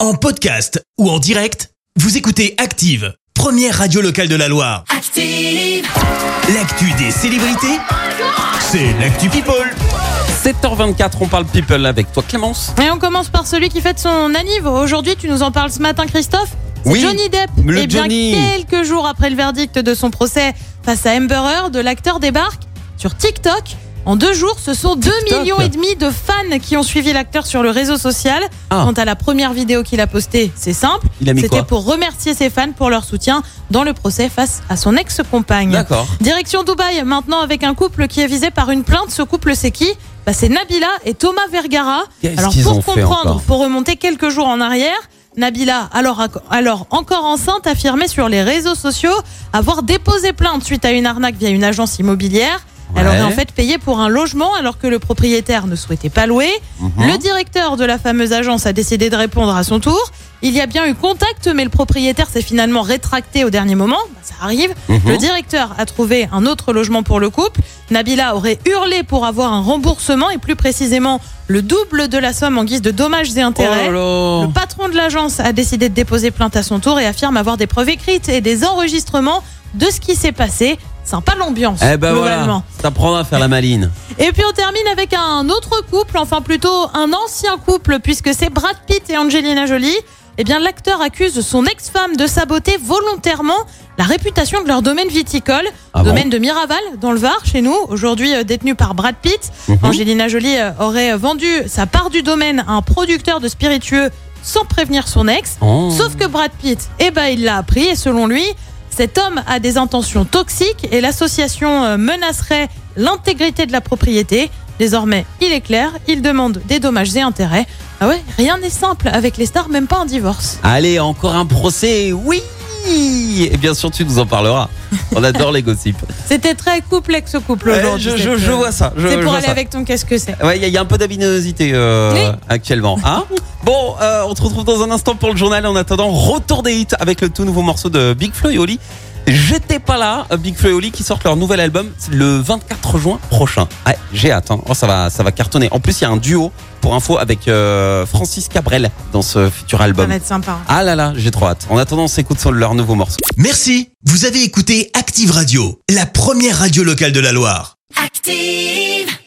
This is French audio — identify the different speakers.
Speaker 1: En podcast ou en direct, vous écoutez Active, première radio locale de la Loire.
Speaker 2: Active,
Speaker 1: L'actu des célébrités, c'est l'actu People.
Speaker 3: 7h24, on parle people avec toi Clémence.
Speaker 4: Et on commence par celui qui fête son anniv. Aujourd'hui, tu nous en parles ce matin, Christophe. C'est
Speaker 3: Oui,
Speaker 4: Johnny Depp.
Speaker 3: le
Speaker 4: et bien,
Speaker 3: Johnny.
Speaker 4: quelques jours après le verdict de son procès face à Amber Heard, l'acteur débarque sur TikTok. En deux jours, ce sont 2 millions et demi de fans qui ont suivi l'acteur sur le réseau social.
Speaker 3: Ah.
Speaker 4: Quant à la première vidéo qu'il a postée, c'est simple.
Speaker 3: Il a mis
Speaker 4: C'était
Speaker 3: quoi
Speaker 4: pour remercier ses fans pour leur soutien dans le procès face à son ex-compagne.
Speaker 3: D'accord.
Speaker 4: Direction Dubaï, maintenant avec un couple qui est visé par une plainte. Ce couple, c'est qui bah, C'est Nabila et Thomas Vergara.
Speaker 3: Qu'est-ce
Speaker 4: Alors
Speaker 3: qu'ils
Speaker 4: pour
Speaker 3: ont fait
Speaker 4: comprendre,
Speaker 3: encore
Speaker 4: faut remonter quelques jours en arrière. Nabila, alors, ac- alors encore enceinte, affirmait sur les réseaux sociaux avoir déposé plainte suite à une arnaque via une agence immobilière. Elle
Speaker 3: Ouais.
Speaker 4: aurait en fait payé pour un logement alors que le propriétaire ne souhaitait pas louer.
Speaker 3: Mhm.
Speaker 4: Le directeur de la fameuse agence a décidé de répondre à son tour. Il y a bien eu contact, mais le propriétaire s'est finalement rétracté au dernier moment. Bah, Ça arrive.
Speaker 3: Mm-hmm.
Speaker 4: Le directeur a trouvé un autre logement pour le couple. Nabila aurait hurlé pour avoir un remboursement et plus précisément le double de la somme en guise de dommages et intérêts.
Speaker 3: Oh
Speaker 4: Le patron de l'agence a décidé de déposer plainte à son tour et affirme avoir des preuves écrites et des enregistrements de ce qui s'est passé. Sympa l'ambiance,
Speaker 3: là là. Eh ben voilà,
Speaker 4: globalement.
Speaker 3: t'apprendras à faire la maline.
Speaker 4: Et puis on termine avec un autre couple, enfin plutôt un ancien couple, puisque c'est Brad Pitt et Angelina Jolie. Eh bien, l'acteur accuse son ex-femme de saboter volontairement la réputation de leur domaine viticole,
Speaker 3: Ah bon
Speaker 4: domaine de Miraval, dans le Var, chez nous, aujourd'hui euh, détenu par Brad Pitt.
Speaker 3: Mhm.
Speaker 4: Angelina Jolie euh, aurait vendu sa part du domaine à un producteur de spiritueux sans prévenir son ex.
Speaker 3: Oh.
Speaker 4: Sauf que Brad Pitt, eh ben, il l'a appris et selon lui, cet homme a des intentions toxiques et l'association euh, menacerait l'intégrité de la propriété. Désormais, il est clair, il demande des dommages et intérêts. Ah ouais, rien n'est simple avec les stars, même pas un divorce.
Speaker 3: Allez, encore un procès, oui Et bien sûr, tu nous en parleras. On adore les gossips.
Speaker 4: C'était très couple ex-couple
Speaker 3: Ouais,
Speaker 4: aujourd'hui.
Speaker 3: je, je-
Speaker 4: cette,
Speaker 3: je
Speaker 4: euh,
Speaker 3: vois ça. je-
Speaker 4: C'est
Speaker 3: je
Speaker 4: pour
Speaker 3: vois
Speaker 4: aller
Speaker 3: ça.
Speaker 4: avec ton qu'est-ce que c'est
Speaker 3: Ouais, il y, a- il y a un peu d'avinosité euh,
Speaker 4: Oui.
Speaker 3: actuellement. Hein bon, euh, on se retrouve dans un instant pour le journal. En attendant, retour des hits avec le tout nouveau morceau de Big Flo et Oli. J'étais pas là, euh, Big Flo et Oli qui sortent leur nouvel album le 24 juin prochain. Ouais, j'ai hâte. hein. Oh, ça va, ça va cartonner. En plus, il y a un duo pour info avec euh, Francis Cabrel dans ce futur
Speaker 4: Ça
Speaker 3: album.
Speaker 4: va être sympa. hein.
Speaker 3: Ah là là, j'ai trop hâte. En attendant, on s'écoute sur leur nouveau morceau.
Speaker 1: Merci, vous avez écouté Active Radio, la première radio locale de la Loire.
Speaker 2: active.